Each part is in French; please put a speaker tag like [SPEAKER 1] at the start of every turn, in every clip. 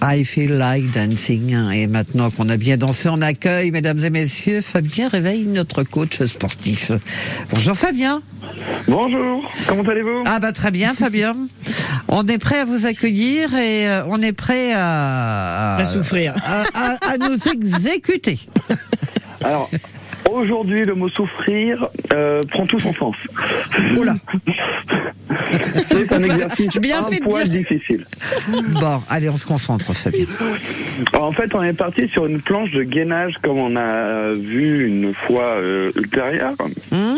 [SPEAKER 1] I feel like dancing. hein, Et maintenant qu'on a bien dansé, on accueille, mesdames et messieurs, Fabien Réveille, notre coach sportif. Bonjour Fabien.
[SPEAKER 2] Bonjour, comment allez-vous
[SPEAKER 1] Ah bah très bien Fabien. On est prêt à vous accueillir et euh, on est prêt à,
[SPEAKER 3] À souffrir.
[SPEAKER 1] à- à- à nous exécuter.
[SPEAKER 3] Ah.
[SPEAKER 2] Alors, aujourd'hui, le mot souffrir euh, prend tout son sens.
[SPEAKER 3] Oula.
[SPEAKER 2] C'est un exercice
[SPEAKER 3] J'ai bien
[SPEAKER 2] un
[SPEAKER 3] fait de
[SPEAKER 2] poil difficile.
[SPEAKER 1] Bon, allez, on se concentre Fabien.
[SPEAKER 2] En fait, on est parti sur une planche de gainage comme on a vu une fois euh, ultérieure.
[SPEAKER 1] Hein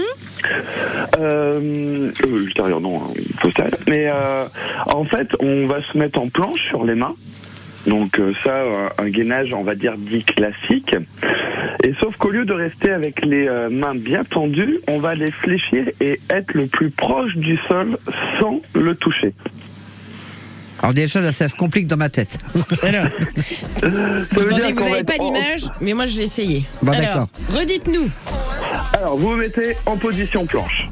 [SPEAKER 2] Euh, euh, ultérieure, non, hein, postérieure. Mais euh, en fait, on va se mettre en planche sur les mains. Donc euh, ça, un, un gainage, on va dire, dit classique. Et sauf qu'au lieu de rester avec les euh, mains bien tendues, on va les fléchir et être le plus proche du sol sans le toucher.
[SPEAKER 1] Alors déjà là ça se complique dans ma tête.
[SPEAKER 3] Alors,
[SPEAKER 2] Ça veut
[SPEAKER 3] attendez,
[SPEAKER 2] dire
[SPEAKER 3] vous
[SPEAKER 2] qu'on va
[SPEAKER 3] n'avez
[SPEAKER 2] être
[SPEAKER 3] pas
[SPEAKER 2] en-
[SPEAKER 3] l'image, mais moi je vais essayer.
[SPEAKER 1] Bon,
[SPEAKER 3] Alors,
[SPEAKER 1] d'accord.
[SPEAKER 3] redites-nous.
[SPEAKER 2] Alors, vous vous mettez en position planche.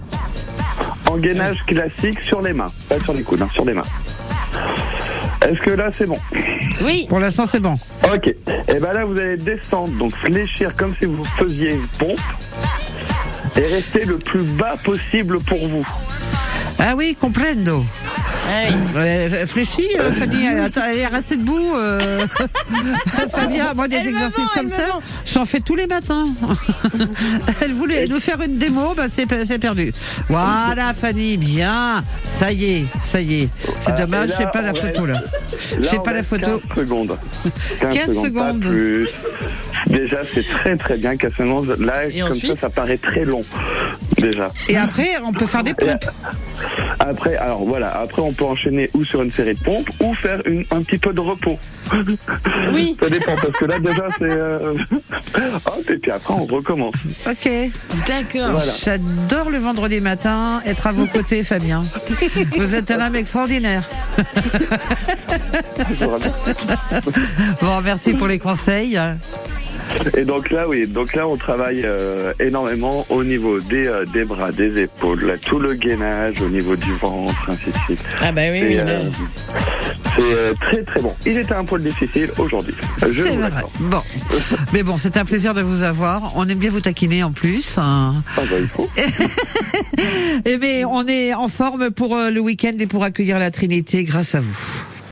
[SPEAKER 2] En gainage classique sur les mains. Pas sur les coudes, hein, sur les mains. Est-ce que là, c'est bon
[SPEAKER 3] Oui,
[SPEAKER 1] Pour l'instant c'est bon.
[SPEAKER 2] Ok. Et bien là, vous allez descendre, donc fléchir comme si vous faisiez une pompe. Et rester le plus bas possible pour vous.
[SPEAKER 1] Ah oui, comprendo.
[SPEAKER 3] ah oui.
[SPEAKER 1] Euh, fléchis, euh, Fanny, elle- attends, elle est restée debout. euh. Fabien, moi des
[SPEAKER 3] Elle me
[SPEAKER 1] exercices
[SPEAKER 3] vend, elle
[SPEAKER 1] comme
[SPEAKER 3] me
[SPEAKER 1] ça,
[SPEAKER 3] vend.
[SPEAKER 1] j'en fais tous les matins. elle voulait nous faire une démo, bah c'est c'est perdu. Voilà, Fanny, bien. Ça y est, ça y est. C'est
[SPEAKER 2] Voilà,
[SPEAKER 1] dommage,
[SPEAKER 2] et là,
[SPEAKER 1] j'ai pas la
[SPEAKER 2] on va
[SPEAKER 1] photo
[SPEAKER 2] être-
[SPEAKER 1] là.
[SPEAKER 2] Là,
[SPEAKER 1] J'ai
[SPEAKER 2] on
[SPEAKER 1] pas
[SPEAKER 2] va
[SPEAKER 1] la
[SPEAKER 2] être
[SPEAKER 1] photo.
[SPEAKER 2] 15 secondes. 15,
[SPEAKER 1] 15
[SPEAKER 2] pas
[SPEAKER 1] secondes.
[SPEAKER 2] plus. Déjà, c'est très très bien qu'à ce moment là,
[SPEAKER 3] Et
[SPEAKER 2] comme ça,
[SPEAKER 3] ensuite
[SPEAKER 2] ça paraît très long. Déjà.
[SPEAKER 1] Et après, on peut faire des pompes.
[SPEAKER 2] Après, alors voilà, après on peut enchaîner ou sur une série de pompes ou faire une, un petit peu de repos.
[SPEAKER 3] Oui.
[SPEAKER 2] Ça dépend parce que là déjà c'est euh, hop et puis après on recommence.
[SPEAKER 1] Ok.
[SPEAKER 3] D'accord.
[SPEAKER 2] Voilà.
[SPEAKER 1] J'adore le vendredi matin être à vos côtés, Fabien. Vous êtes un homme extraordinaire. Bon, merci pour les conseils.
[SPEAKER 2] Et donc là oui, donc là on travaille euh, énormément au niveau des, euh, des bras, des épaules, là, tout le gainage au niveau du ventre, ainsi de suite.
[SPEAKER 3] Ah bah oui, oui.
[SPEAKER 2] Et,
[SPEAKER 3] là.
[SPEAKER 2] euh, c'est euh, très très bon. Il était un poil difficile aujourd'hui. Je
[SPEAKER 1] C'est
[SPEAKER 2] vous
[SPEAKER 1] vrai.
[SPEAKER 2] l'accorde.
[SPEAKER 1] Bon. Mais bon, c'est un plaisir de vous avoir. On aime bien vous taquiner en plus. hein.
[SPEAKER 2] Ah bah, il faut.
[SPEAKER 1] Eh bien, on est en forme pour euh, le week-end et pour accueillir la Trinité grâce à vous.